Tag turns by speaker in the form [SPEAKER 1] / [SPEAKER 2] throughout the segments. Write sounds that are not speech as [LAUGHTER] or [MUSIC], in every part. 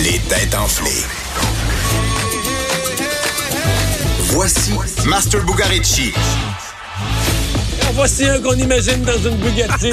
[SPEAKER 1] Les têtes enflées. Voici Master Bugarici.
[SPEAKER 2] Voici un qu'on imagine dans une Bugatti.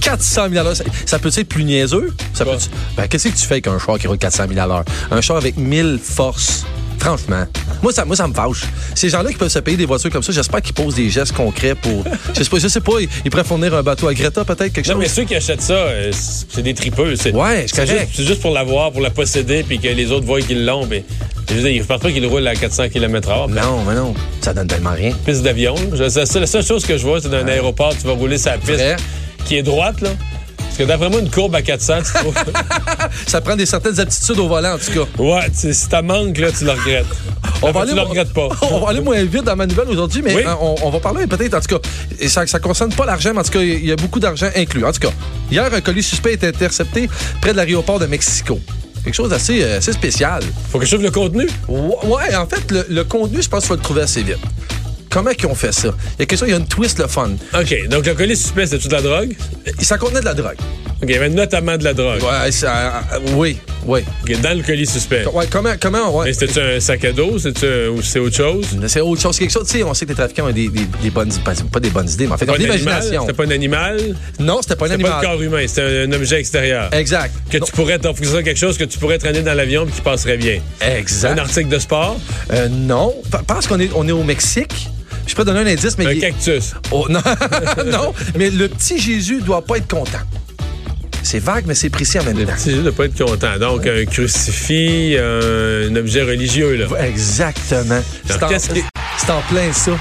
[SPEAKER 3] 400 000 Ça, ça peut être plus niaiseux? Ça
[SPEAKER 2] Quoi?
[SPEAKER 3] peut ben, Qu'est-ce que tu fais avec un char qui roule 400 000 Un char avec 1000 forces. Franchement, moi ça, moi, ça me fâche. Ces gens-là qui peuvent se payer des voitures comme ça, j'espère qu'ils posent des gestes
[SPEAKER 2] [LAUGHS]
[SPEAKER 3] concrets pour. Je sais pas, je sais pas ils, ils pourraient fournir un bateau à Greta, peut-être, quelque
[SPEAKER 2] non, mais
[SPEAKER 3] chose.
[SPEAKER 2] ceux qui achètent ça, euh, c'est c'est des tripeux. C'est,
[SPEAKER 3] Ouais, c'est
[SPEAKER 2] c'est
[SPEAKER 3] correct.
[SPEAKER 2] juste, c'est juste pour l'avoir, pour la posséder, puis que les autres voient qu'ils l'ont. Mais, je veux dire, je pense pas qu'ils roulent à 400 km/h.
[SPEAKER 3] Non, mais non. Ça donne tellement rien.
[SPEAKER 2] Piste d'avion. Je- c'est- c'est la seule chose que je vois, c'est d'un aéroport, tu vas rouler sa piste
[SPEAKER 3] Vrai.
[SPEAKER 2] qui est droite, là. Parce que d'après moi, une courbe à 400, tu
[SPEAKER 3] [LAUGHS]
[SPEAKER 2] trouves.
[SPEAKER 3] Ça prend des certaines aptitudes au volant, en tout cas.
[SPEAKER 2] ouais, tu- si t'as manque, là, tu le regrettes. Après, tu le
[SPEAKER 3] mo-
[SPEAKER 2] regrettes pas.
[SPEAKER 3] [LAUGHS] on va aller moins vite dans ma nouvelle aujourd'hui, mais
[SPEAKER 2] Oui.
[SPEAKER 3] hein, on, on va parler peut-être, en tout cas, et ça ne concerne pas l'argent, mais en tout cas, il y a beaucoup d'argent inclus. En tout cas, hier, un colis suspect est intercepté près de l'aéroport de Mexico. Quelque chose d'assez euh, assez spécial.
[SPEAKER 2] Faut que je trouve le contenu.
[SPEAKER 3] Ou- Ouais, en fait, le, le contenu, je pense qu'il faut le trouver assez vite. Comment qu'ils ont fait ça? Il y a quelque chose, il y a une twist, le fun.
[SPEAKER 2] OK, donc le colis suspect, c'est-tu de la drogue?
[SPEAKER 3] Ça contenait de la drogue.
[SPEAKER 2] OK, mais notamment de la drogue.
[SPEAKER 3] Ouais, ça- euh, oui, oui.
[SPEAKER 2] OK, dans le colis suspect.
[SPEAKER 3] Ouais, comment, comment, ouais.
[SPEAKER 2] Mais c'était-tu un sac à dos? C'est-tu un- ou c'est autre chose?
[SPEAKER 3] Mais C'est autre chose, quelque chose. Tu sais, on sait que les trafiquants ont des, des- des bonnes, pas, pas des bonnes idées, mais en fait, ils ont
[SPEAKER 2] Pas
[SPEAKER 3] de
[SPEAKER 2] un animal?
[SPEAKER 3] l'imagination.
[SPEAKER 2] C'était pas un animal?
[SPEAKER 3] Non, c'était pas un
[SPEAKER 2] C'était
[SPEAKER 3] animal.
[SPEAKER 2] pas le corps humain, c'était un, un objet extérieur.
[SPEAKER 3] Exact.
[SPEAKER 2] Que
[SPEAKER 3] Non.
[SPEAKER 2] tu pourrais t'offrir quelque chose que tu pourrais traîner dans l'avion et qui passerait bien. Un
[SPEAKER 3] Exact.
[SPEAKER 2] article de sport,
[SPEAKER 3] Euh, non. Pa- Parce qu'on est, on est au Mexique. Je peux donner un indice, mais.
[SPEAKER 2] un
[SPEAKER 3] il-
[SPEAKER 2] cactus.
[SPEAKER 3] Oh, [LAUGHS] non. non, mais le petit Jésus doit pas être content. C'est vague, mais c'est précis en même temps.
[SPEAKER 2] C'est juste de pas être content. Donc, un crucifix, euh, un, un objet religieux, là.
[SPEAKER 3] Exactement. C'est en,
[SPEAKER 2] qu'est-ce qui-
[SPEAKER 3] c'est en plein ça.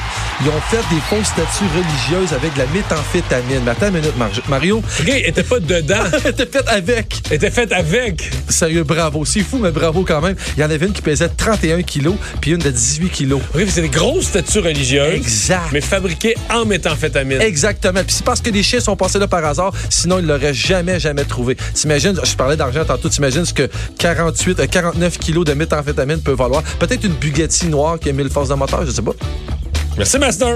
[SPEAKER 3] Ils ont fait des fausses statues religieuses avec de la méthamphétamine. Mais attends une minute, Mar-
[SPEAKER 2] [LAUGHS]
[SPEAKER 3] Mario.
[SPEAKER 2] OK, était pas
[SPEAKER 3] [LAUGHS]
[SPEAKER 2] dedans,
[SPEAKER 3] C'était fait avec.
[SPEAKER 2] était fait avec.
[SPEAKER 3] Sérieux, bravo. C'est fou, mais bravo quand même. Il y en avait une qui pesait 31 kilos, puis une de 18 kilos.
[SPEAKER 2] OK, c'est des grosses statues religieuses.
[SPEAKER 3] Exact.
[SPEAKER 2] Mais fabriquées en méthamphétamine.
[SPEAKER 3] Exactement. Puis c'est parce que les chiens sont passés là par hasard, sinon ils l'auraient jamais, jamais trouvé. T'imagines, je parlais d'argent tantôt, t'imagines ce que 48, euh, 49 kilos de méthamphétamine peut valoir. Peut-être une Bugatti noire qui a mille forces de moteur, je sais pas.
[SPEAKER 2] Merci, Master.